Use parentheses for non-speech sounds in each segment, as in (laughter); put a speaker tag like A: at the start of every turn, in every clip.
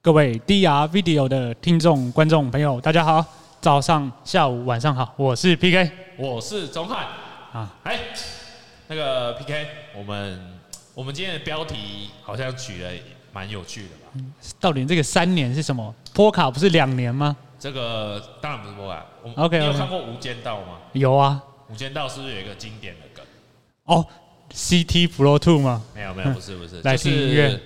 A: 各位 DR Video 的听众、观众朋友，大家好，早上、下午、晚上好，我是 PK
B: 我是钟汉
A: 啊
B: 啊，哎，那个 PK，我们我们今天的标题好像取的蛮有趣的吧？
A: 到底这个三年是什么？波卡不是两年吗？
B: 这个当然不是波兰，我们
A: OK，OK
B: 你有看过《无间道》吗？
A: 有啊，
B: 《无间道》是不是有一个经典的梗？
A: 哦，CT Pro Two 吗？
B: 没有
A: (laughs)
B: 没有，不是不是，
A: 来
B: 就
A: 听音乐
B: 是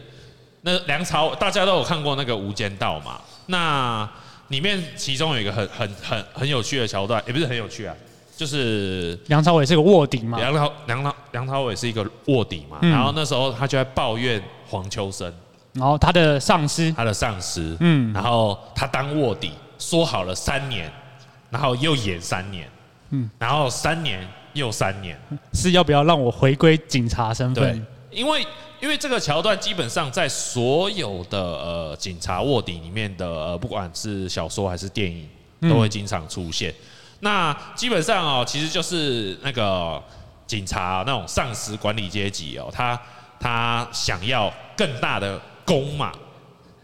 B: 那梁朝大家都有看过那个《无间道》嘛？那里面其中有一个很很很很有趣的桥段，也不是很有趣啊，就是
A: 梁朝伟是个卧底嘛？
B: 梁朝梁朝梁朝伟是一个卧底嘛，
A: 嗯
B: 然后那时候他就在抱怨黄秋生。
A: 然后他的上司，
B: 他的上司，
A: 嗯
B: 嗯，然后他当卧底，说好了三年，然后又演三年，
A: 嗯
B: 嗯，然后三年又三年，
A: 是要不要让我回归警察身
B: 对
A: 份？，
B: 因为因为这个桥段基本上在所有的呃警察卧底里面的呃不管是小说还是电影都会经常出现。那基本上哦，其实就是那个警察那种上司管理阶级哦，他他想要更大的功嘛，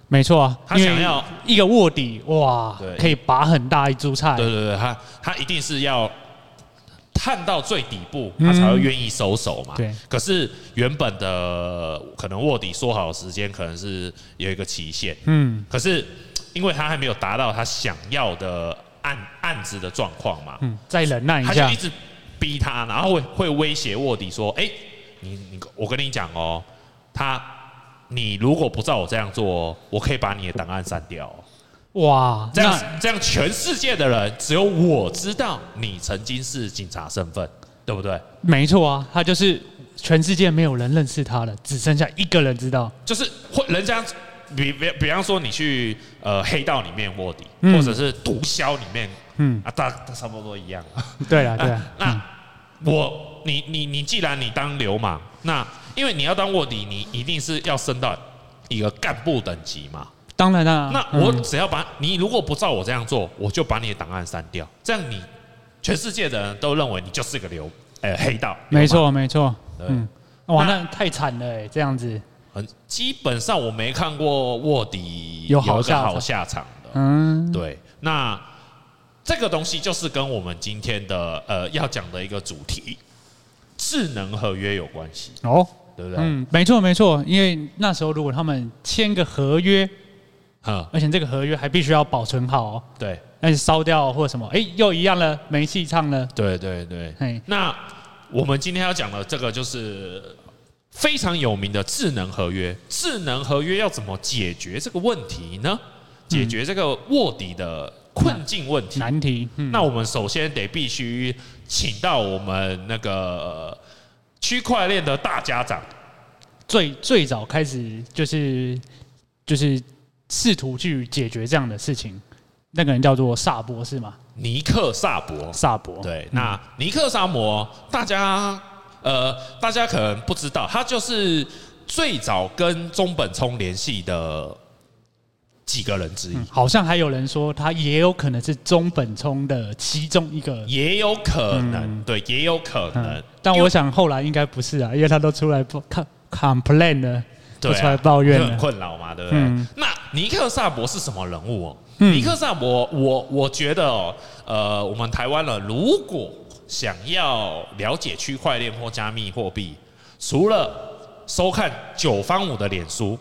A: 没错啊，
B: 他
A: 因
B: 想
A: 为
B: 要
A: 一个卧底，哇
B: 对，
A: 可以拔很大一株菜。
B: 对对对，他他一定是要探到最底部，他才会愿意收手嘛。
A: 嗯对
B: 可是原本的可能卧底说好的时间可能是有一个期限，
A: 嗯，
B: 可是因为他还没有达到他想要的案案子的状况嘛，
A: 嗯，再忍耐一
B: 他就
A: 下
B: 一。直逼他，然后会会威胁卧底说：“哎、你你我跟你讲哦，他你如果不照我这样做哦，我可以把你的档案删掉哦、
A: 哇，
B: 这样
A: 那
B: 这样，全世界的人只有我知道你曾经是警察身份，对不对？
A: 没错啊，他就是全世界没有人认识他了，只剩下一个人知道。
B: 就是或人家比比比方说你去呃黑道里面卧底，
A: 嗯
B: 或者是毒枭里面，
A: 嗯
B: 嗯啊，大大差不多一样啊。
A: 对啊，对啊，
B: 那我你你你，既然你当流氓，那因为你要当卧底，你一定是要升到一个干部等级嘛。
A: 当然啦。
B: 那我
A: 嗯
B: 只要把你如果不照我这样做，我就把你的档案删掉，这样你全世界的人都认为你就是个流，呃，黑道。
A: 没，错，没错。
B: 对
A: 嗯，哇，
B: 那
A: 那太惨了欸，这样子。
B: 很基本上我没看过卧底
A: 有
B: 有
A: 好
B: 好
A: 下场
B: 好下场的。
A: 嗯，
B: 对，那这个东西就是跟我们今天的呃要讲的一个主题——智能合约有关系，
A: 哦，
B: 对不对？
A: 嗯，没错，没错。因为那时候如果他们签个合约，
B: 嗯，
A: 而且这个合约还必须要保存好哦，
B: 对，
A: 但是烧掉或什么，哎，又一样了，没戏唱了。
B: 对对对。
A: 嘿，
B: 那我们今天要讲的这个就是非常有名的智能合约。智能合约要怎么解决这个问题呢？解决这个卧底的困境问题。
A: 难题。嗯，
B: 那我们首先得必须请到我们那个区块链的大家长，
A: 最最早开始就是就是试图去解决这样的事情，那个人叫做萨博是吗？
B: 尼克萨博。
A: 萨博
B: 对，那尼克萨摩，大家呃，大家可能不知道，他就是最早跟中本聪联系的几个人之一，
A: 好像还有人说他也有可能是中本聪的其中一个，
B: 也有可能，对，也有可能
A: 嗯。，但
B: 因
A: 我
B: 为
A: 想后来应该不是啊，因为他都出来不看 complain 了，
B: 对、
A: 都
B: 啊、
A: 出来抱怨
B: 就很
A: 了，
B: 困扰嘛，对不对？
A: 嗯
B: 那尼克萨博是什么人物哦？
A: 嗯
B: 尼克萨博，我我觉得哦，呃，我们台湾人如果想要了解区块链或加密货币，除了收看九方五的脸书，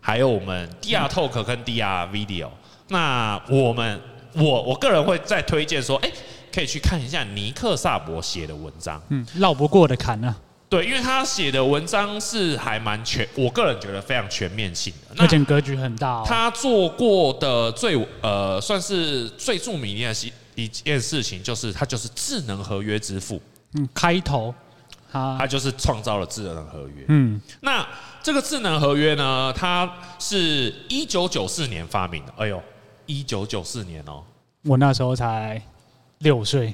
B: 还有我们 DR Talk 跟 DR Video，那我们我我个人会再推荐说，哎、可以去看一下尼克萨博写的文章。
A: 嗯，绕不过的坎啊，
B: 对，因为他写的文章是还蛮全，我个人觉得非常全面性的。
A: 而
B: 那
A: 且格局很大哦。
B: 他做过的最呃，算是最著名的一一件事情，就是他就是智能合约之父，
A: 嗯，开头他
B: 他就是创造了智能合约。
A: 嗯
B: 那这个智能合约呢，它是一九九四年发明的。哎呦，一九九四年哦，
A: 我那时候才六岁，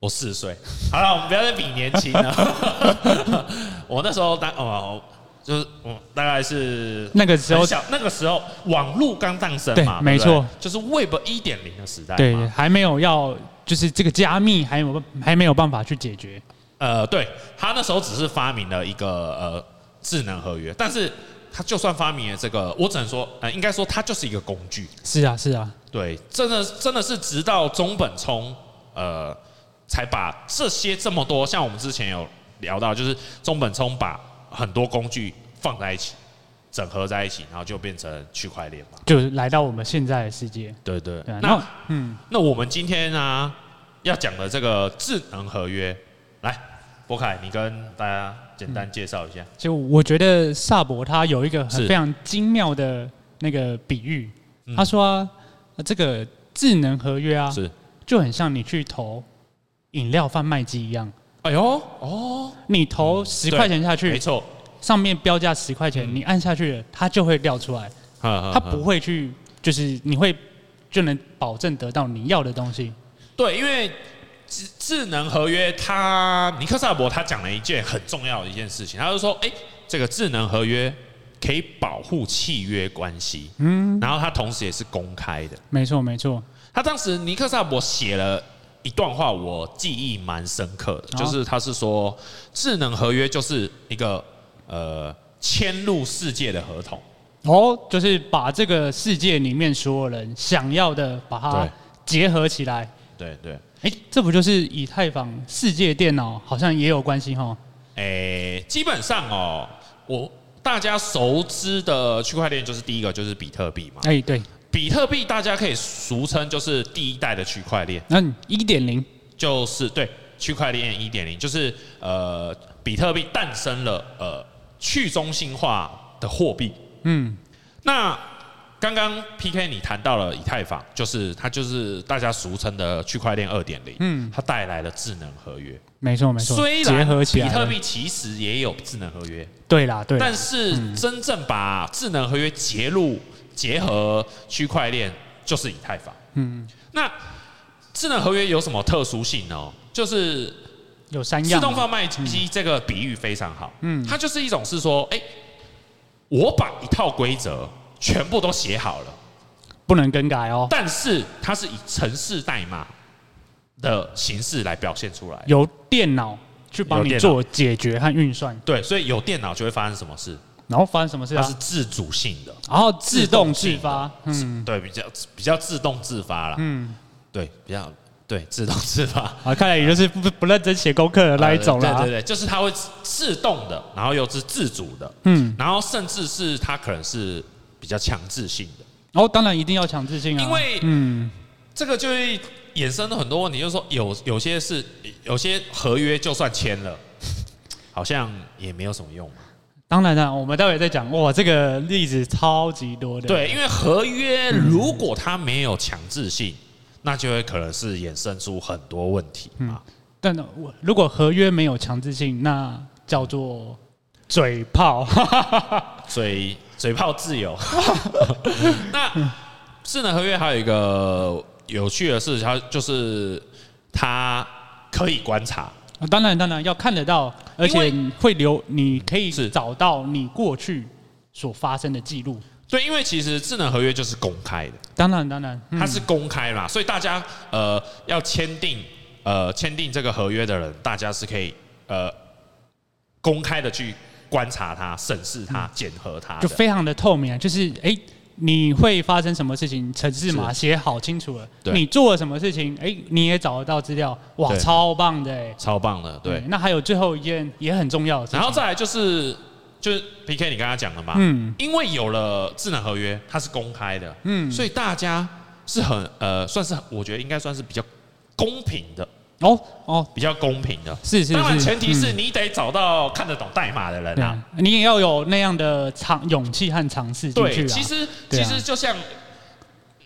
B: 我四十岁。好了，我们不要再比年轻了。 (laughs) 我那时候大哦，就是我大概是
A: 那个时候
B: 很小那个时候网络刚诞生嘛，
A: 对没
B: 不对
A: 错，
B: 就是 Web 一点零的时代
A: 对，
B: 嘛。
A: 还没有要就是这个加密还有还没有办法去解决，
B: 呃，对他那时候只是发明了一个呃智能合约，但是他就算发明了这个，我只能说，呃，应该说它就是一个工具。
A: 是啊，是啊，
B: 对，真的真的是直到中本聪，呃，才把这些这么多，像我们之前有聊到，就是中本聪把很多工具放在一起，整合在一起，然后就变成区块链嘛。
A: 就来到我们现在的世界。
B: 对对
A: 对啊，
B: 那
A: 那嗯，
B: 那我们今天呢、要讲的这个智能合约，来，博凯，你跟大家简单介绍一下。
A: 就我觉得萨博他有一个很
B: 是
A: 非常精妙的那个比喻，
B: 嗯
A: 他说、啊、呃这个智能合约啊，
B: 是，
A: 就很像你去投饮料贩卖机一样，
B: 哎呦，哦，
A: 你投十块钱下
B: 没
A: 去，
B: 错，
A: 上面标价十块钱，你按下去了，它就会掉出来，
B: 它
A: 它不会去，就是你会就能保证得到你要的东西。
B: 对，因为智智能合约它，尼克萨博他讲了一件很重要的一件事情，他就说，哎、这个智能合约可以保护契约关系，嗯，然后它同时也是公开的。
A: 没错，没错，
B: 他当时尼克萨博写了一段话，我记忆蛮深刻的，
A: 哦
B: 就是他是说，智能合约就是一个呃迁入世界的合同，
A: 哦，就是把这个世界里面所有人想要的，把它
B: 对
A: 结合起来。
B: 对对。
A: 哎、这不就是以太坊世界电脑好像也有关系哈？
B: 诶、基本上哦，我大家熟知的区块链就是第一个就是比特币嘛。
A: 哎、对，
B: 比特币大家可以俗称就是第一代的区块链，
A: 那一点零
B: 就是对区块链一点零，就是呃，比特币诞生了呃去中心化的货币。
A: 嗯，
B: 那刚刚 PK 你谈到了以太坊，就是它就是大家俗称的区块链二点零，嗯，它带来了智能合约。
A: 没错没错，
B: 虽
A: 结合
B: 然
A: 起
B: 比
A: 来了，
B: 特币其实也有智能合约，
A: 对啦对啦
B: 但是真正把智能合约结入结合区块链，就是以太坊。
A: 嗯，
B: 那智能合约有什么特殊性呢？就是
A: 有三
B: 自
A: 样嘛，啊
B: 动贩卖机这个比喻非常好，
A: 嗯
B: 嗯，它就是一种是说，哎、我把一套规则全部都写好了，
A: 不能更改哦，
B: 但是它是以城市代码的形式来表现出来。
A: 由电脑去帮
B: 由
A: 你
B: 电脑
A: 做解决和运算，
B: 对，所以有电脑就会发生什么事？
A: 然后发生什么事
B: 它
A: 啊
B: 是？自主性的，
A: 然后自动
B: 性
A: 自
B: 的
A: 发，嗯，
B: 对，比较比较自动自发啦。
A: 嗯，
B: 对，比较对自动自
A: (laughs)
B: 发
A: 啊，看来也就是不不认真写功课的那一种啦。
B: 啊对对对，就是它会自动的，然后又是自主的，
A: 嗯，
B: 然后甚至是它可能是比较强制性的。
A: 然后哦当然一定要强制性啊，
B: 因为
A: 嗯，
B: 这个就会衍生了很多问题，就是说有有些是有些合约就算签了， (laughs) 好像也没有什么用嘛。
A: 当然啊啦，我们待会再讲。哇，这个例子超级多的，
B: 对，因为合约
A: 嗯
B: 如果它没有强制性，那就会可能是衍生出很多问题
A: 嗯
B: 嘛。
A: 但我如果合约没有强制性，那叫做嘴炮。
B: 嘴嘴炮自由。 (laughs) 那智能合约还有一个有趣的事，它就是它可以观察，
A: 啊 (laughs) 当然，当然要看得到，而
B: 因为
A: 且会留，你可以
B: 是
A: 找到你过去所发生的记录。
B: 对，因为其实智能合约就是公开的。
A: 当然，当然，嗯
B: 它是公开嘛，所以大家呃要签订呃签订这个合约的人，大家是可以呃公开的去观察它、审视它、检核它
A: 就
B: 的。
A: 非常的透明啊，就是哎、诶你会发生什么事情，城市码
B: 是
A: 写好清楚了，
B: 对
A: 你做了什么事情，哎、你也找得到资料，哇，
B: 对
A: 超棒的、诶
B: 超棒的，对。
A: 哎那还有最后一件也很重要的事情，
B: 然后再来就是就是 P K 你刚刚讲的嘛，
A: 嗯
B: 因为有了智能合约，它是公开的，
A: 嗯
B: 所以大家是很呃算是我觉得应该算是比较公平的，
A: 哦哦，
B: 比较公平的。
A: 是是
B: 当然
A: 是，
B: 前提是
A: 嗯
B: 你得找到看得懂代码的人
A: 对
B: 啊
A: 啊。，你也要有那样的尝勇气和尝试进去
B: 对，
A: 啊。
B: 其实
A: 对
B: 其
A: 啊
B: 实就像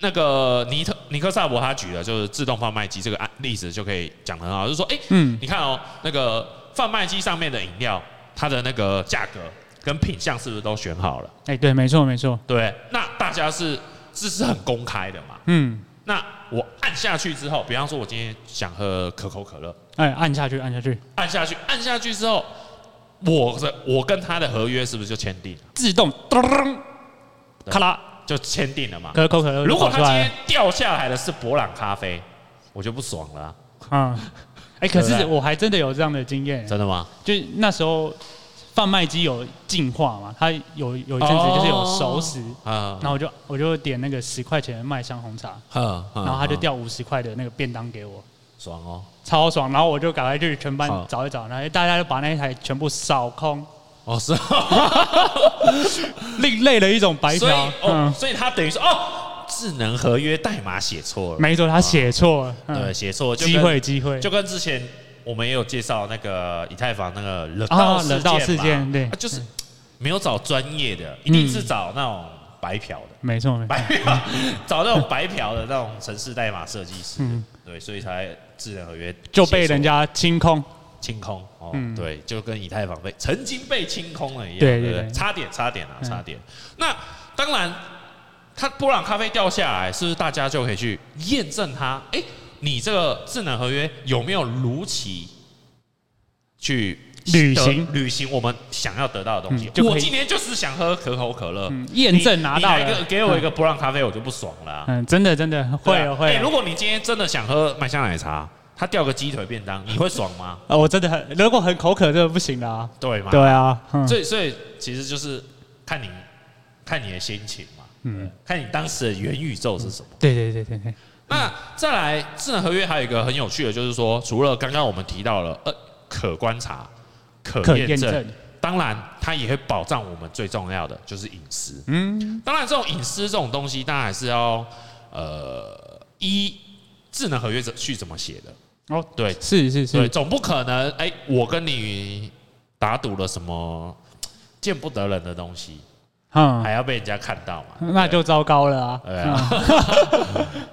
B: 那个尼特尼克萨博他举的，就是自动贩卖机这个案例子就可以讲得很好，就是说，哎、
A: 嗯，
B: 你看哦，那个贩卖机上面的饮料，它的那个价格跟品相是不是都选好了？
A: 哎、对，没错没错，
B: 对，那大家是这是很公开的嘛？
A: 嗯，
B: 那我按下去之后，比方说，我今天想喝可口可乐，
A: 哎、按下去按下去，
B: 按下去，按下去之后，我的我跟他的合约是不是就签订了？
A: 自动咚
B: 对
A: 咔啦，
B: 就签订了嘛？
A: 可口可乐
B: 如
A: 就
B: 果
A: 跑
B: 他
A: 出
B: 今
A: 来
B: 天
A: 了，
B: 掉下来的是博朗咖啡，我就不爽了啊、
A: 嗯，哎、可
B: 对不
A: 是
B: 对
A: 我还真的有这样的经验，
B: 真的吗？
A: 就是那时候贩卖机有进化嘛，它有有一阵子就是有熟食，
B: 啊
A: 然，后我就我就点那个十块钱的麦香红茶，
B: 哼
A: 然后他就掉五十块的那个便当给我，
B: 爽哦，
A: 超爽。然后我就赶快去全班
B: 好
A: 找一找，然后大家就把那一台全部扫空， (laughs)
B: 哦是哦，
A: 另类的一种白
B: 所以
A: 嫖。
B: 哦
A: 嗯，，
B: 所以他等于说哦，智能合约代码写错了，
A: 没错，他写错了。
B: 对，
A: 嗯，
B: 写错了就跟
A: 机会机会
B: 就。跟之前我们也有介绍那个以太坊那个冷
A: 啊
B: 道
A: 冷道事
B: 嘛
A: 件对嗯
B: 啊就是没有找专业的，一定是找那种白嫖的，
A: 没错，没错，
B: 白嫖 (laughs) 找那种白嫖的那种城市代码设计师
A: 嗯，
B: 对，所以才智能合约
A: 就被人
B: 家
A: 家清空。
B: 清空哦
A: 嗯，
B: 对，就跟以太坊被曾经被清空了一样，
A: 对对
B: 对不
A: 对
B: 差点差点啊，
A: 嗯
B: 差点。那当然，它波朗咖啡掉下来，是不是大家就可以去验证它？哎，你这个智能合约有没有如期去
A: 履
B: 得
A: 行
B: 履行我们想要得到的东西
A: 嗯？就可以
B: 我今天就是想喝可口可乐
A: 嗯，验证
B: 你
A: 拿
B: 你
A: 到
B: 来
A: 了
B: 一个给我一个波朗咖啡，我就不爽了啊。
A: 嗯，真的真的会
B: 对啊
A: 有会
B: 哎如
A: 有。
B: 果你今天真的想喝麦香奶茶，它掉个鸡腿便当，你会爽吗？
A: 啊，我真的很，如果很口渴，真的不行的啊。
B: 对吗？
A: 对啊，嗯
B: 所以所以其实就是看你看你的心情嘛，嗯，看你当时的元宇宙是什么。
A: 对对对对对，
B: 那再来智能合约还有一个很有趣的，就是说除了刚刚我们提到了呃可观察、可
A: 可
B: 验
A: 验
B: 证
A: 证，
B: 当然它也会保障我们最重要的就是隐私。
A: 嗯，
B: 当然这种隐私这种东西，当然还是要呃依智能合约者去怎么写的。
A: 哦，
B: 对，
A: 是是
B: 对，
A: 是，
B: 总不可能哎、我跟你打赌了什么见不得人的东西，
A: 嗯
B: 还，要被人家看到嘛？
A: 那就糟糕了啊。
B: 对啊嗯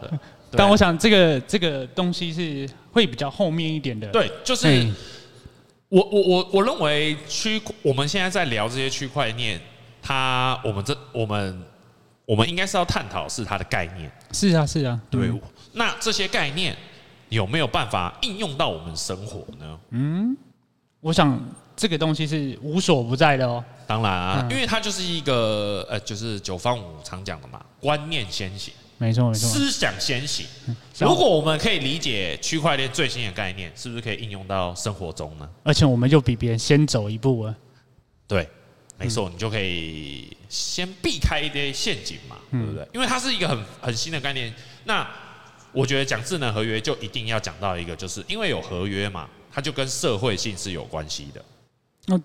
A: 嗯 (laughs)
B: 对
A: 但我想，这个这个东西是会比较后面一点的。
B: 对，就是
A: 嗯，
B: 我我我我认为区我们现在在聊这些区块链，它我们这我们我们应该是要探讨是它的概念，
A: 是啊是啊，
B: 对
A: 嗯，
B: 那这些概念有没有办法应用到我们生活呢？
A: 我想这个东西是无所不在的哦。
B: 当然啊，
A: 嗯
B: 因为它就是一个呃，就是九方五常讲的嘛，观念先行，
A: 没错没错，
B: 思想先行。
A: 然后
B: 如果我们可以理解区块链最新的概念，是不是可以应用到生活中呢？
A: 而且我们就比别人先走一步了。
B: 对，没错，
A: 嗯
B: 你就可以先避开一些陷阱嘛，
A: 嗯
B: 对不对？因为它是一个很很新的概念。那我觉得讲智能合约就一定要讲到一个，就是因为有合约嘛，它就跟社会性是有关系的。
A: 诶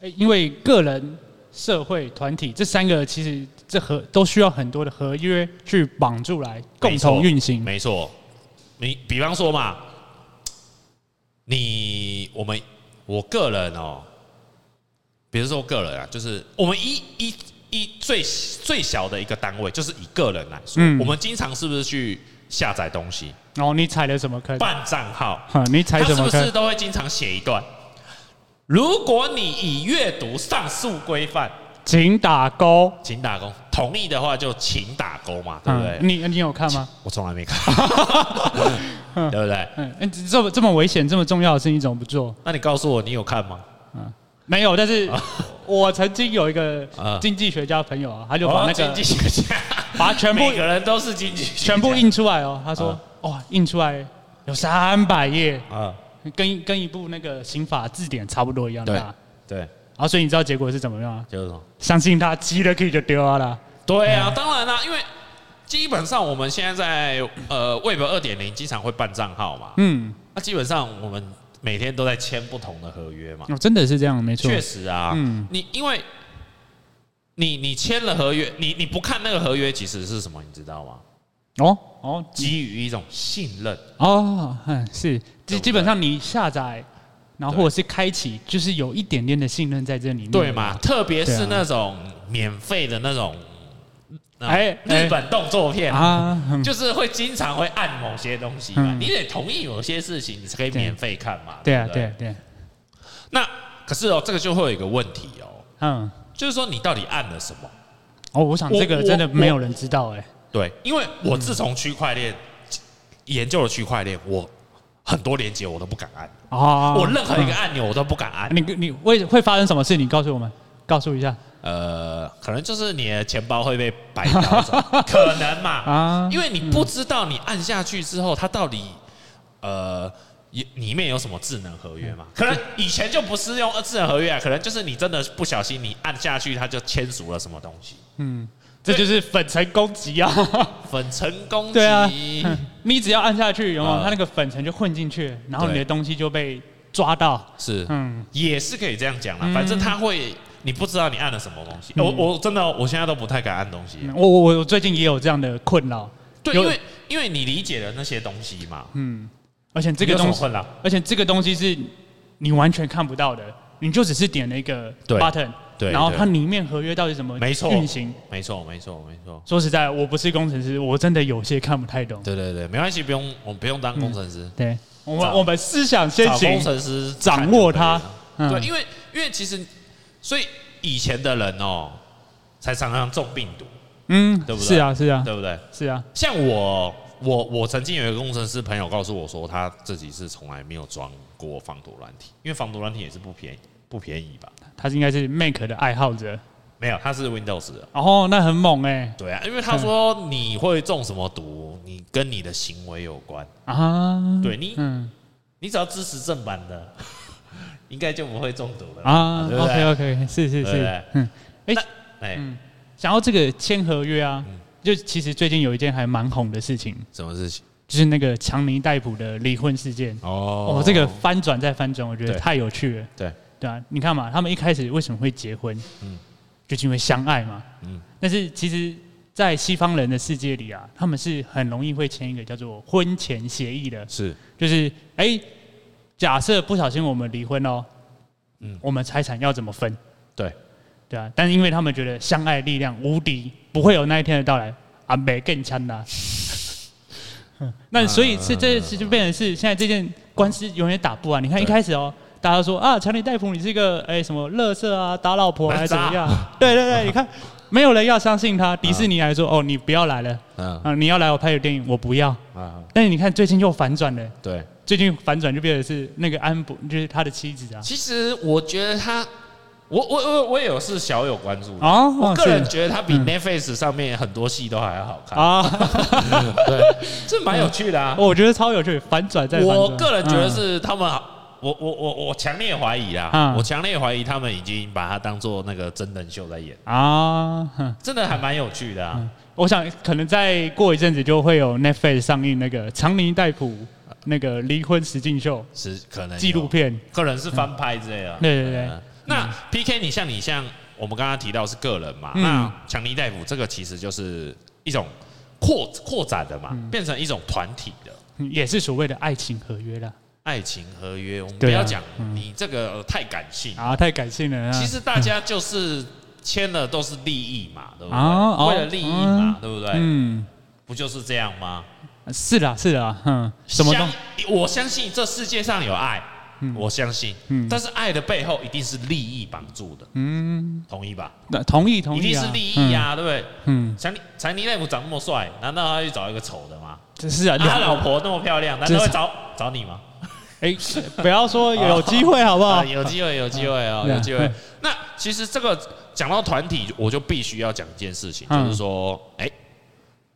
A: 哎因为个人、社会、团体这三个其实这合都需要很多的合约去绑住来共同运行。
B: 没错，你比方说嘛，你我们我个人哦，比如说个人啊，就是我们一一一最最小的一个单位，就是以个人来说，
A: 嗯
B: 我们经常是不是去下载东西
A: 然哦后你踩了什么坑？
B: 办账号？
A: 哼， (laughs) 你踩
B: 他
A: 什
B: 是
A: 么
B: 不是
A: 坑？
B: 都会经常写一段？如果你已阅读上述规范，
A: 请打勾。
B: 请打勾；同意的话就请打勾嘛，对不对？
A: 嗯你你有看 (laughs) 吗？
B: 我从来没看，对不对？
A: 嗯，诶这么这么危险、这么重要的事情你怎么不做？
B: 那你告诉我，你有看吗？
A: 没有，但是我曾经有一个
B: 啊哦
A: 经济学家朋友啊，他就把那
B: 经
A: 个
B: 济学家，
A: 把它全部
B: 每个人都是经济学家，
A: 全部印出来哦。他说
B: 啊：“
A: 哇，印出来有三百页，
B: 啊，
A: 跟一跟一部那个刑法字典差不多一样
B: 对
A: 大。
B: 啊对，
A: 然后所以你知道结果是怎么样啊？
B: 就是什么？
A: 相信他急了可以就丢啊啦。
B: 对啊，当然啦，因为基本上我们现在在呃 Web 二点零经常会办账号嘛，
A: 嗯，
B: 那基本上我们每天都在签不同的合约嘛，
A: 哦，真的是这样，没错。
B: 确实啊，
A: 嗯
B: 你因为你你签了合约，你你不看那个合约其实是什么，你知道吗？
A: 哦哦
B: 基于一种信任，
A: 哦，嗯，是
B: 对
A: 基
B: 不对
A: 基本上你下载，然后
B: 对
A: 或者是开启，就是有一点点的信任在这里面，
B: 对嘛？？特别
A: 嗯对
B: 是
A: 啊
B: 那种免费的那种，哎
A: 哎，哎
B: 日本动作片
A: 啊，嗯
B: 就是会经常会按某些东西嘛，
A: 嗯
B: 你得同意某些事情，你才可以
A: 对
B: 免费看嘛。
A: 对啊，
B: 不
A: 对啊。对啊，
B: 那可是哦，这个就会有一个问题哦，
A: 嗯，
B: 就是说你到底按了什么？
A: 哦，我想这
B: 我
A: 个
B: 我
A: 真的没有人知道哎，
B: 对，因为我自从区块链研究了区块链，我很多连接我都不敢按，
A: 哦，啊
B: 我任何一个按钮我都不敢按。
A: 你你会会发生什么事？你告诉我们，告诉一下
B: 呃，可能就是你的钱包会被白
A: (laughs)
B: 刀走，可能嘛？
A: 啊。
B: 因为你不知道你按下去之后，它到底呃也里面有什么智能合约吗？可能以前就不是用智能合约啊，可能就是你真的不小心你按下去，它就签署了什么东西，
A: 这就是粉尘攻击啊！
B: 粉尘攻
A: (laughs) 对啊
B: 击，
A: 你只要按下去，然后
B: 嗯
A: 它那个粉尘就混进去，然后你
B: 对
A: 的东西就被抓到。
B: 是
A: 嗯，
B: 也是可以这样讲啦。反正它会，你不知道你按了什么东西。
A: 嗯
B: 我我真的我现在都不太敢按东西，
A: 我我我我最近也有这样的困扰，嗯
B: 对，
A: 有嗯
B: 因为因为你理解了那些东西嘛，
A: 而且这个
B: 你有什么
A: 东西
B: 困扰，
A: 而且这个东西是你完全看不到的，你就只是点了一个
B: 对
A: button，
B: 对
A: 然后
B: 对
A: 它里面合约到底怎么
B: 没错
A: 运行？
B: 没错，没错，没错。
A: 说实在，我不是工程师，我真的有些看不太懂。
B: 对对对，没关系，不用，我们不用当工程师，
A: 对，我们
B: 找
A: 我们思想先
B: 找工
A: 行，
B: 程师
A: 嗯掌握它
B: 看就
A: 嗯
B: 可以了对，因为因为其实，所以以前的人哦，才常常中病毒，
A: 嗯，
B: 对不对
A: 是啊，是啊，
B: 对不对？
A: 是啊，
B: 像我，我我曾经有一个工程师朋友告诉我说，他自己是从来没有装过防毒软体，因为防毒软体也是不便宜，不便宜吧？
A: 他是应该是 Make 的爱好者。
B: 没有，他是 Windows 的。
A: 哦，那很猛哎、
B: 对啊，因为他说
A: 嗯
B: 你会中什么毒，你跟你的行为有关。
A: 啊！
B: 对你，
A: 嗯
B: 你只要支持正版的， (laughs) 应该就不会中毒了
A: 啊
B: 对不对
A: ，OK OK，是是
B: 对不
A: 是
B: 对，
A: 嗯，哎、
B: 那哎、
A: 讲到这个签合约啊，
B: 嗯
A: 就其实最近有一件还蛮红的事情，
B: 什么事情？
A: 就是那个强尼戴普的离婚事件。
B: 哦
A: 哦，这个翻转再翻转，我觉得
B: 对
A: 太有趣了。
B: 对，
A: 对啊，你看嘛，他们一开始为什么会结婚？
B: 嗯
A: 嗯，就是因为相爱嘛。
B: 嗯
A: 嗯，但是其实，在西方人的世界里啊，他们是很容易会签一个叫做婚前协议的，
B: 是
A: 就是哎、假设不小心我们离婚哦，
B: 嗯
A: 嗯，我们财产要怎么分？
B: 对，
A: 对啊，但是因为他们觉得相爱力量无敌，不会有那一天的到来啊，没更强
B: (laughs)
A: 的啊。那所
B: 啊
A: 以是这是就变成是现在这件官司永远打不完。你看
B: 对
A: 一开始哦，大家都说啊，强尼戴普你是一个哎、什么乐色啊，打老
B: (laughs)
A: 婆还是怎么样？对对对，你看没有人要相信他。
B: 啊
A: 迪士尼还说哦，你不要来了
B: 嗯
A: 啊，你要来我拍的电影我不要。
B: 啊，
A: 但是你看最近又反转了，
B: 对。
A: 最近反转就变成是那个安博，就是他的妻子啊。
B: 其实我觉得他，我我我我也有是小有关注的。
A: 哦，
B: 我个人
A: 是嗯
B: 觉得他比 Netflix 上面很多戏都还要好看，
A: 啊，
B: (laughs) 这蛮有趣
A: (laughs)
B: 的啊。
A: 哦我觉得超有趣，反转再反转。
B: 我个人觉得
A: 嗯
B: 是他们，我我我我强烈怀疑啦
A: 嗯，
B: 我强烈怀疑他们已经把它当做那个真人秀在演，
A: 啊，哼
B: 真的还蛮有趣的啊。
A: 我想可能再过一阵子就会有 Netflix 上映那个长尼戴普那个离婚实境秀
B: 是可能有
A: 纪录，片，
B: 可能是翻拍之类的。
A: 对对对
B: 嗯。那 PK，你像你像我们刚刚提到是个人嘛，
A: 嗯
B: 那强尼大夫这个其实就是一种扩扩展的嘛，变成一种团体的。
A: 嗯也是所谓的爱情合约啦。
B: 爱情合约，我们不
A: 对啊
B: 要讲你这个太感性，
A: 啊，太感性了啊！
B: 其实大家就是签了都是利益嘛，对不
A: 哦
B: 对？
A: 哦
B: 为了利益嘛，对不对？
A: 嗯，
B: 不就是这样吗？
A: 是啦是啦，嗯，什么东嗯
B: 相？我相信这世界上有爱，我相信，但是爱的背后一定是利益绑住的，嗯，同意吧？
A: 那同意同
B: 一
A: 意
B: 定
A: 啊，
B: 是利益呀，对不对？
A: 嗯，
B: 强尼强尼大夫长那么帅，难道他去找一个丑的吗？
A: 嗯，这是啊，
B: 啊他
A: 两
B: 老婆那么漂亮，难道
A: 这
B: 会
A: 是
B: 找找你吗？
A: 哎，不要说有机会好不
B: 啊， (laughs)
A: 好？
B: 有机会，有机会哦，
A: 对啊
B: 有机会。那其实这个讲到团体，我就必须要讲一件事情，
A: 嗯
B: 就是说，哎，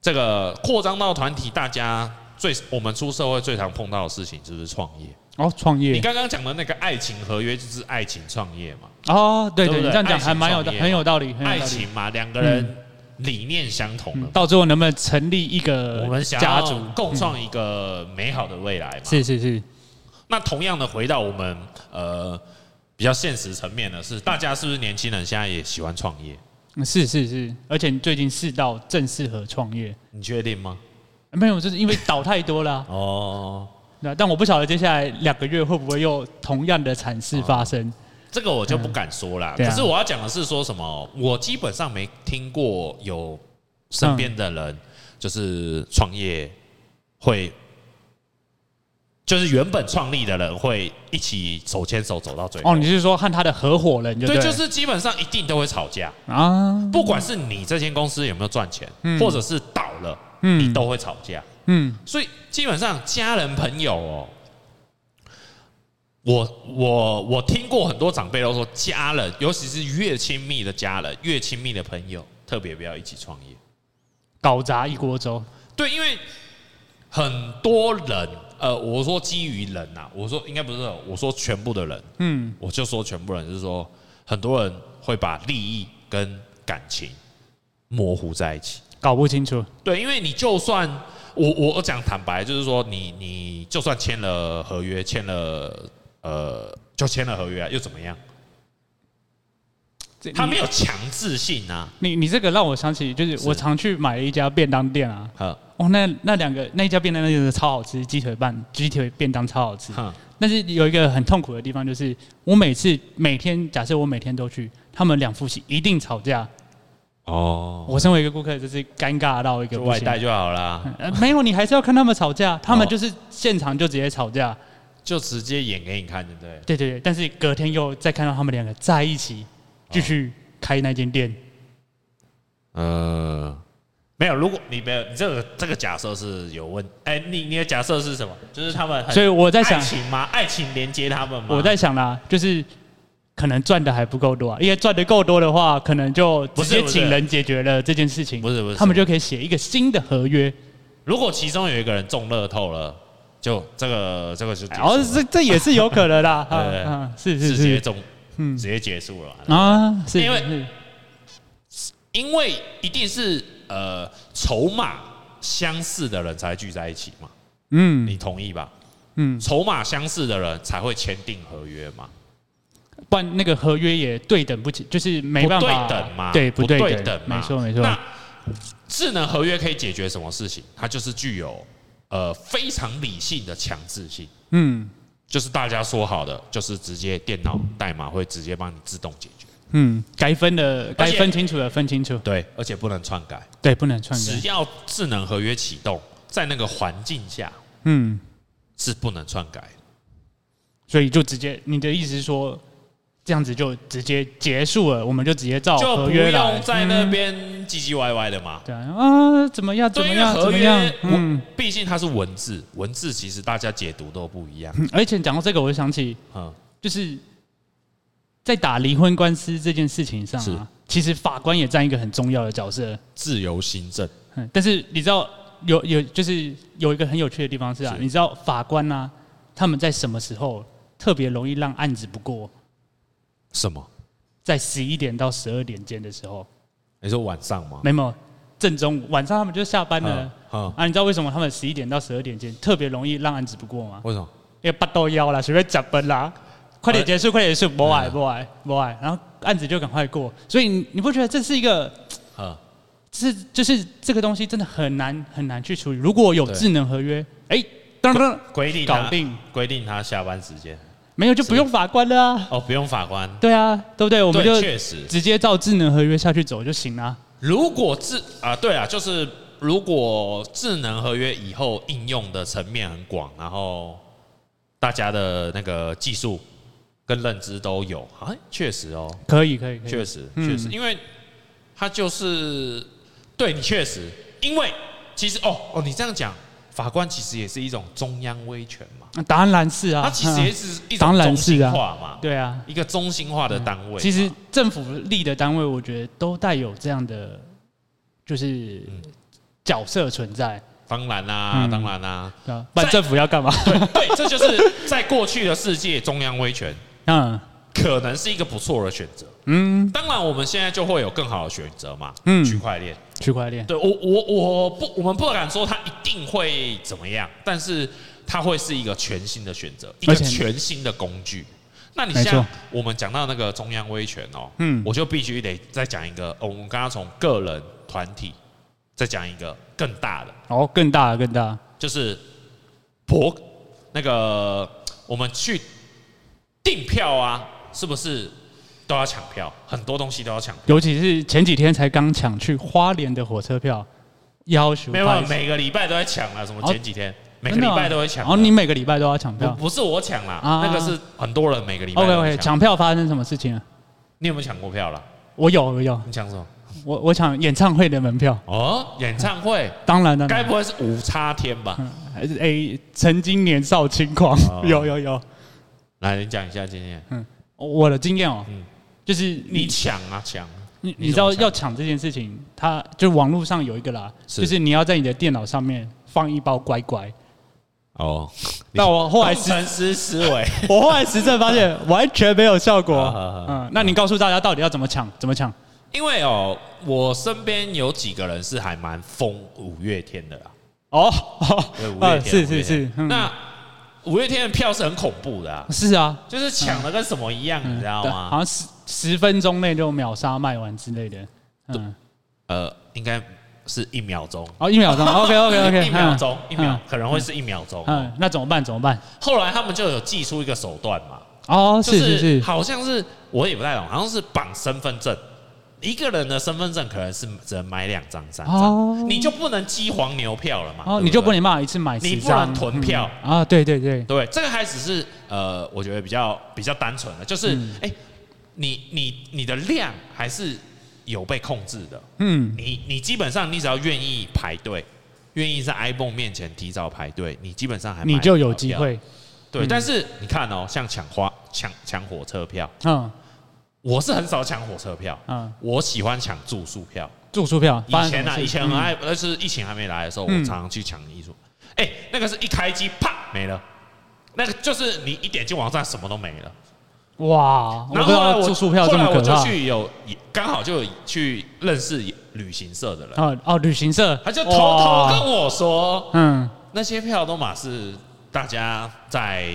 B: 这个扩张到团体，大家最我们出社会最常碰到的事情就是创业。
A: 哦，创
B: 你
A: 业
B: 刚刚讲的那个爱情合约就是爱情创业嘛，
A: 哦，对对，
B: 对不
A: 你
B: 对
A: 这样讲
B: 爱情
A: 还蛮有
B: 创业
A: 道
B: 嘛
A: 很有道理，很有
B: 爱
A: 道理
B: 情嘛，两个人理念相同的
A: 嗯
B: 嘛，
A: 到最后能不能成立一个
B: 我们想
A: 嗯家
B: 要
A: 族？嗯
B: 共创一个美好的未来嘛。
A: 是是是，
B: 那同样的，回到我们呃比较现实层面的是，大家是不是年轻人现在也喜欢创业？
A: 嗯是是是，而且你最近世道正适合创业，
B: 你确定吗？
A: 没有，就是因为倒太多了啊、 (laughs)
B: 哦，
A: 对啊但我不晓得接下来两个月会不会又同样的惨事发生。
B: 这个我就不敢说啦。
A: 嗯对
B: 可
A: 啊
B: 是我要讲的是说什么？我基本上没听过有身边的人就是创业会，就是原本创立的人会一起手牵手走到最后
A: 哦，。你是说和他的合伙人就
B: 对，
A: 了
B: 就是基本上一定都会吵架，
A: 啊，
B: 不管是你这间公司有没有赚钱，或者是倒了，你
A: 嗯
B: 都会吵架。
A: 嗯，
B: 所以基本上家人朋友哦，我我我听过很多长辈都说，家人尤其是越亲密的家人，越亲密的朋友，特别不要一起创业。
A: 搞砸一锅粥。
B: 对，因为很多人，呃，我说基于人呐、啊我说应该不是，我说全部的人，
A: 嗯，
B: 我就说全部人，就是说很多人会把利益跟感情模糊在一起。
A: 搞不清楚，
B: 对，因为你就算我我我讲坦白，就是说你你就算签了合约，签了呃就签了合约啊，又怎么样？他没有强制性啊，
A: 你你这个让我想起，就是
B: 是
A: 我常去买一家便当店啊，
B: 哈
A: 哦，那那两个那一家便当店真的超好吃，鸡腿饭、鸡腿便当超好吃。
B: 哈
A: 但是有一个很痛苦的地方，就是我每次每天，假设我每天都去，他们两夫妻一定吵架。
B: 哦，
A: 我身为一个顾客，就是尴尬到一个
B: 就
A: 不
B: 外
A: 行
B: 带就好啦，
A: 呃，没有，你还是要看他们吵架，他们
B: 哦
A: 就是现场就直接吵架。
B: 就直接演给你看，对不对？
A: 对对对，但是隔天又再看到他们两个在一起，继续开那间店。
B: 呃，没有，如果你没有，你这个这个假设是有问，哎、你你的假设是什么？就是他们很
A: 所以我在
B: 哦爱
A: 想，
B: 情吗？爱情连接他们吗？
A: 我在想啦，就是可能赚的还不够多啊，因为赚的够多的话，可能就直接
B: 不是不是
A: 请人解决了这件事情。
B: 不是不是
A: 他们就可以写一个新的合约。
B: 如果其中有一个人中乐透了，就这个这个就结束
A: 然后
B: 了
A: 哎哦这这也是有可能
B: (laughs)
A: 啦。啊
B: 对对对
A: 啊，是是
B: 直接
A: 是，
B: 中，
A: 嗯
B: 直接结束了。
A: 啊，是
B: 因为
A: 是是
B: 因为一定是呃筹码相似的人才聚在一起嘛，
A: 嗯
B: 你同意吧？
A: 嗯，
B: 筹码相似的人才会签订合约嘛，
A: 不然那个合约也对等不起，就是没
B: 不
A: 办
B: 对
A: 法
B: 等嘛，
A: 对不
B: 对
A: 对
B: 等嘛，
A: 没错没错。
B: 那智能合约可以解决什么事情？它就是具有呃非常理性的强制性。
A: 嗯
B: 就是大家说好的，就是直接电脑代码会直接帮你自动解决。
A: 嗯，该分的该
B: 而且
A: 分清楚的分清楚，
B: 对，而且不能篡改。
A: 对，不能篡
B: 只
A: 改。
B: 要智能合约启动，在那个环境下
A: 嗯，
B: 是不能篡改的。
A: 所以就直接，你的意思是说，这样子就直接结束了，我们就直接照
B: 就
A: 哦合
B: 不
A: 约来。
B: 用在那边唧唧歪歪的嘛。
A: 对啊啊，怎么样怎么
B: 对，因为
A: 样
B: 合
A: 怎么
B: 约
A: 样？，嗯
B: 嗯，，毕竟它是文字，文字其实大家解读都不一样。
A: 嗯而且讲到这个，我就想起
B: 嗯，
A: 就是在打离婚官司这件事情上
B: 是
A: 啊，其实法官也占一个很重要的角色。
B: 自由行政
A: 嗯，但是你知道有有就是有一个很有趣的地方是啊，
B: 是
A: 你知道法官呢、他们在什么时候特别容易让案子不过？
B: 什么？
A: 在十一点到十二点间的时候，
B: 你说晚上吗？
A: 没有正中午晚上他们就下班了。
B: 嗯，
A: 啊，你知道为什么他们十一点到十二点间特别容易让案子不过吗？
B: 为什么？
A: 因为八豆腰啦，随便讲本啦，快点结束，快点结束，不爱
B: 嗯
A: 不爱不爱，然后案子就赶快过。所以你你不觉得这是一个，
B: 嗯，
A: 这是就是这个东西真的很难很难去处理。如果有
B: 对
A: 智能合约，哎，当当，
B: 规定
A: 搞
B: 他
A: 定，
B: 规定他下班时间。
A: 没有就不用法官了啊。
B: 哦，不用法官。
A: 对啊，对不对？我们就
B: 对，确实，
A: 直接照智能合约下去走就行啦。
B: 如果智啊，对啊，就是如果智能合约以后应用的层面很广，然后大家的那个技术跟认知都有，哎，确实哦，
A: 可以，可以，可以。
B: 确实，
A: 嗯
B: 确实，因为它就是对你确实，因为其实哦哦，你这样讲，法官其实也是一种中央威权嘛，
A: 那当然是啊，
B: 它其实
A: 嗯
B: 也是一
A: 当
B: 种
A: 然
B: 中
A: 是
B: 心
A: 啊
B: 化嘛，
A: (laughs) 对啊。
B: 一个中心化的单位嘛。
A: 其实政府立的单位，我觉得都带有这样的就是
B: 嗯
A: 角色存在。
B: 当然啦、
A: 嗯
B: 当然啦、
A: 对啊，不然政府要干嘛？ (laughs)
B: 对，这就是在过去的世界，中央威权
A: 嗯
B: 可能是一个不错的选择。
A: 嗯，
B: 当然，我们现在就会有更好的选择嘛，
A: 嗯
B: 区块链。
A: 区块链，
B: 对我，我，我不，我们不敢说它一定会怎么样，但是它会是一个全新的选择，一个
A: 而且
B: 全新的工具。那你
A: 没
B: 像
A: 错
B: 我们讲到那个中央威权哦，
A: 嗯
B: 我就必须得再讲一个，哦，我们刚刚从个人、团体，再讲一个更大的，
A: 哦，更大了，更大，
B: 就是博那个我们去订票啊，是不是都要抢票？很多东西都要抢。
A: 尤其是前几天才刚抢去花莲的火车票，要求
B: 没有，没有
A: 派
B: 每个礼拜都在抢啊，什么
A: 哦
B: 前几天、每个
A: 真
B: 礼
A: 的哦
B: 拜都会抢
A: 然
B: 的。
A: 后你每个礼拜都要抢
B: 不
A: 票。
B: 不是我抢啦，
A: 啊
B: 那个是很多人每个礼拜
A: OK
B: 都会
A: OK，
B: 抢。
A: 抢票发生什么事情啊？
B: 你有没有抢过票啦？
A: 我有，我有，
B: 你抢什么？
A: 我我抢演唱会的门票，
B: 哦，演唱会，
A: 当然了，
B: 该不会是五叉天吧？
A: 还是哎，曾经年少轻狂
B: 哦，
A: (laughs) 有有有，
B: 来，你讲一下今天
A: 我的经验哦
B: 嗯，
A: 就是
B: 你
A: 你
B: 抢啊抢啊，
A: 你
B: 你
A: 你知道
B: 怎么抢
A: 要抢这件事情，它就网络上有一个啦，
B: 是
A: 就是你要在你的电脑上面放一包乖乖，
B: 哦，
A: 但我后来
B: 工
A: 实
B: 程师思维，
A: (laughs)
B: (laughs)
A: 我后来实证发现完全没有效
B: 好
A: 果
B: 好好。
A: 嗯，那你告诉大家到底要怎么抢？怎么抢？
B: 因为哦，我身边有几个人是还蛮疯五月天的啦。
A: 哦，
B: 对，五月
A: 啊，
B: 天
A: 是
B: 五
A: 是
B: 月天
A: 是，嗯
B: 那五月天的票是很恐怖的、啊，
A: 是啊，
B: 就是抢的跟什么一样，你知道
A: 对
B: 吗？
A: 好像十十分钟内就秒杀卖完之类的。嗯，
B: 呃，应该是一秒钟，
A: 哦，一 (laughs) 秒钟，OK OK OK，
B: (laughs) 一秒钟，一秒可能会是一秒钟。
A: 嗯，那怎么办？怎么办？
B: 后来他们就有祭出一个手段嘛，
A: 哦，
B: 就是
A: 是是，
B: 好像是我也不太懂，好像是绑身份证。一个人的身份证可能是只能买两张、三
A: 哦
B: 张，你就不能鸡黄牛票了嘛？
A: 哦，
B: 对
A: 你就
B: 对
A: 不能办法一次买
B: 你
A: 十
B: 不
A: 张，
B: 能囤票
A: 嗯啊？对对对，
B: 对，这个还只是呃，我觉得比较比较单纯的，就是哎、
A: 嗯
B: 诶你你你的量还是有被控制的，
A: 嗯，
B: 你你基本上你只要愿意排队，愿意在 iPhone 面前提早排队，你基本上还买
A: 你就有
B: 得到
A: 机
B: 票。
A: 会。
B: 对，
A: 嗯
B: 但是你看哦，像抢花抢抢火车票，
A: 嗯
B: 我是很少抢火车票，
A: 嗯，
B: 我喜欢抢住宿票。
A: 住宿票，
B: 以前啊，以前很
A: 啊，
B: 爱，但是疫情还没来的时候，我
A: 嗯
B: 常常去抢艺术。哎，那个是一开机啪没了，那个就是你一点进网站什么都没了。
A: 哇，我不
B: 然
A: 知
B: 后后来
A: 道
B: 我
A: 住宿票
B: 后
A: 这
B: 来
A: 么
B: 我
A: 可
B: 就
A: 怕。
B: 去有刚好就有去认识旅行社的人，
A: 哦哦，旅行社，
B: 他就偷偷
A: 哇
B: 跟我说，
A: 嗯，
B: 那些票都嘛是大家在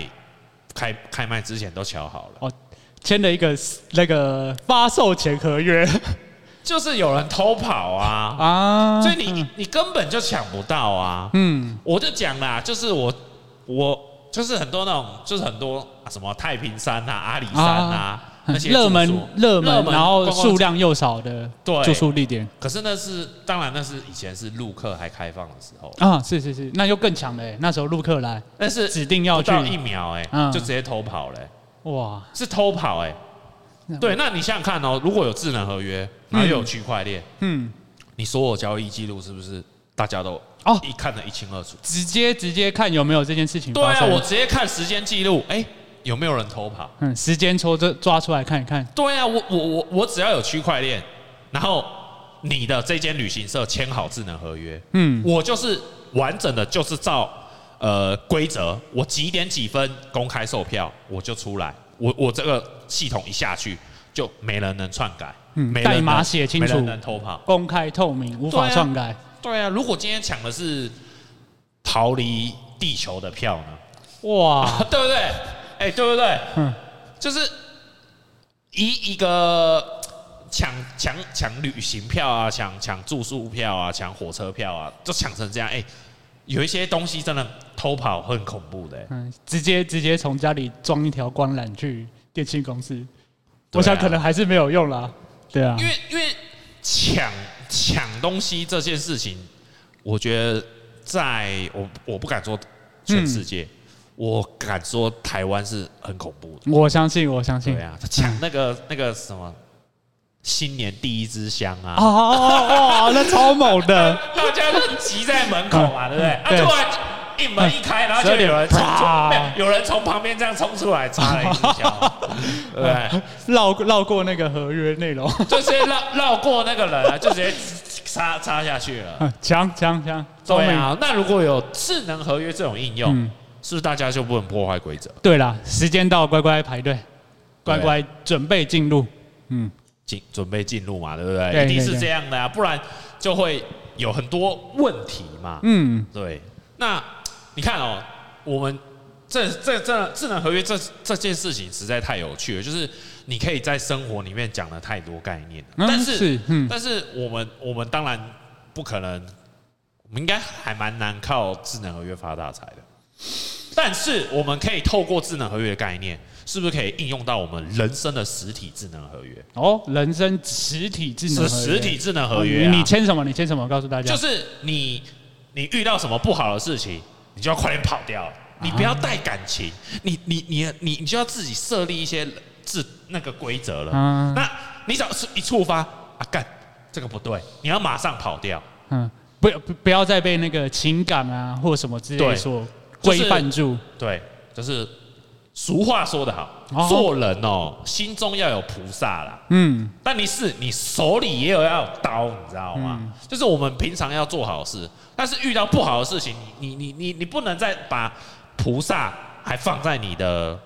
B: 开开卖之前都瞧好了，
A: 哦，签了一个那个发售前合约
B: (laughs) 就是有人偷跑啊，
A: 啊，
B: 所以你你根本就抢不到啊。
A: 嗯
B: 我就讲啦，就是我我就是很多那种，就是很多、啊什么太平山啊、阿里山啊那些
A: 热门
B: 住宿
A: 热门，然后
B: 观光
A: 数量又少的
B: 对
A: 住宿地点
B: 可是那是当然，那是以前是陆客还开放的时候，
A: 啊，是是是，那就更强了欸。那时候陆客来
B: 但是
A: 指定要
B: 不
A: 去，
B: 到一秒哎、
A: 嗯
B: 就直接偷跑嘞、
A: 哇，
B: 是偷跑哎、
A: 那
B: 对，那你想想看哦，如果有智能合约，然后又有区块链，
A: 嗯，
B: 你所有交易记录是不是大家都
A: 哦
B: 一看得一清二楚？
A: 直接直接看有没有这件事情
B: 对
A: 发
B: 啊，
A: 生。
B: 我直接看时间记录，哎，有没有人偷跑？
A: 嗯，时间抽这抓出来看一看，
B: 对啊，我我我我只要有区块链，然后你的这间旅行社签好智能合约，
A: 嗯
B: 我就是完整的，就是照呃规则，我几点几分公开售票，我就出来，我我这个系统一下去，就没人能篡改，
A: 嗯
B: 没人能
A: 代码写清楚
B: 没人能偷跑。
A: 公开透明，无
B: 对
A: 法
B: 啊
A: 篡改。
B: 对啊，如果今天抢的是逃离地球的票呢？
A: 哇，
B: (laughs) 对不对？哎、对不对？
A: 嗯
B: 就是以一个抢抢抢旅行票啊，抢抢住宿票啊，抢火车票啊，就抢成这样。哎、有一些东西真的偷跑很恐怖的、哎
A: 嗯，直接直接从家里装一条光缆去电信公司，
B: 对啊
A: 我想可能还是没有用啦。对啊
B: 因，为因为抢抢东西这件事情，我觉得在我我不敢说全世界，我敢说台湾是很恐怖的。
A: 我相信，我相信
B: 对。啊，他抢那个、那个什么新年第一支香啊，
A: 哦哦哦，哦那超猛的，
B: 大家都挤在门口嘛，对不对？啊，
A: 嗯对嗯
B: 突然一门一开，然后就有人冲出，
A: 啪
B: 没有有人从旁边这样冲出来，插了一
A: (laughs)
B: 支香，对不对，
A: 绕绕过那个合约内容， (laughs)
B: 就直接绕绕过那个人啊，就直接插插下去了。
A: 嗯强强强，聪
B: 对
A: 明。
B: 啊，那如果有智能合约这种应用，
A: 哦嗯
B: 是不是大家就不能破坏规则？
A: 对啦，时间到，乖乖排队，乖乖准备进
B: 啊
A: 入。嗯，
B: 进准备进入嘛，对不对？
A: 对
B: 一定是
A: 对对
B: 这样的啊，不然就会有很多问题嘛。
A: 嗯，
B: 对，那你看哦，我们这这这智能合约这这件事情实在太有趣了，就是你可以在生活里面讲了太多概念了，
A: 嗯
B: 但是
A: 是嗯
B: 但是我们我们当然不可能，我们应该还蛮难靠智能合约发大财的。但是我们可以透过智能合约的概念，是不是可以应用到我们人生的实体智能合约？
A: 哦，人生实体智能
B: 是
A: 合约哦
B: 实体智能合约、啊
A: 你签什么？你签什么？告诉大家。
B: 就是你你遇到什么不好的事情，你就要快点跑掉，你不要带感情，你你你你你就要自己设立一些呃自那个规则了。
A: 嗯
B: 那你只要是一触发啊，干这个不对，你要马上跑掉。
A: 嗯，不要不不要再被那个情感啊或什么之类
B: 对
A: 的所
B: 就是
A: 规范住。
B: 对，就是俗话说得好，
A: 哦
B: 做人哦，心中要有菩萨啦。
A: 嗯，
B: 但你是你手里也有要有刀，你知道吗？
A: 嗯
B: 就是我们平常要做好事，但是遇到不好的事情，你你你你你不能再把菩菩萨还放在你的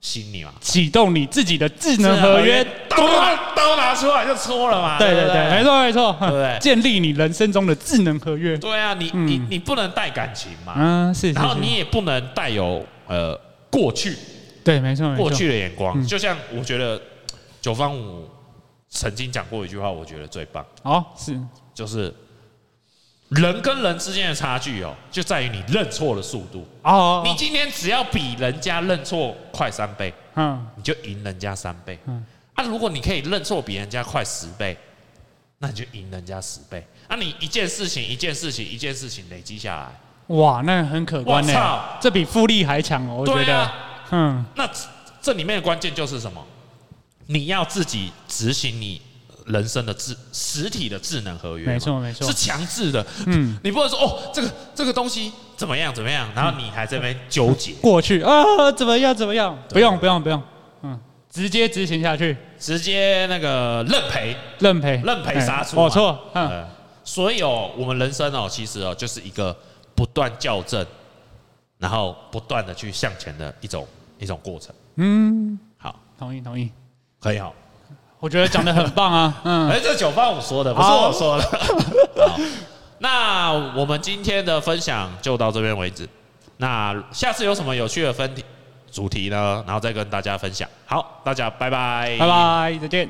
B: 心里嘛？啊
A: 启动你自己的智能啊合约。
B: 刀拿刀拿出来就搓了嘛？
A: 对
B: 对
A: 对
B: 不
A: 对，没。错没错，
B: 对不对
A: 建立你人生中的智能合约。
B: 对啊，你你你不能带感情嘛，
A: 嗯，是，是
B: 然后
A: 是
B: 你也不能带有呃过去
A: 对，没错没错，
B: 过去的眼光。
A: 嗯
B: 就像我觉得九方五曾经讲过一句话，我觉得最棒，
A: 哦是，
B: 就是人跟人之间的差距哦，就在于你认错的速度。
A: 哦，
B: 你今天只要比人家认错快三倍，
A: 嗯
B: 你就赢人家三倍。
A: 嗯
B: 啊，如果你可以认错比人家快十倍，那你就赢人家十倍。啊，你一件事情一件事情一件事情累积下来，
A: 哇，那很可观
B: 我操
A: 呢，这比复利还强哦，我觉
B: 对
A: 得，
B: 啊，
A: 嗯
B: 那这这里面的关键就是什么？你要自己执行你人生的智实体的智能合约嘛，
A: 没错没错
B: 是强制的。
A: 嗯，
B: 你不能说哦，这个这个东西怎么样怎么样，然后你还在那边纠
A: (laughs)
B: 结，
A: 过去啊怎么样怎么样，不
B: 对
A: 用不用不用，嗯，直接执行下去，
B: 直接那个认赔。
A: 认赔
B: 认赔杀出嘛
A: 我错，嗯，
B: 呃，所以哦，我们人生哦，其实哦，就是一个不断校正，然后不断的去向前的一种一种过程。嗯，好，
A: 同意同意，
B: 可以好。
A: 我觉得讲的很棒啊，嗯，
B: 哎，这九八五说的，不是
A: 好
B: 我说的。好，那我们今天的分享就到这边为止。那下次有什么有趣的分题主题呢？然后再跟大家分享。好，大家拜拜，
A: 拜拜，再见。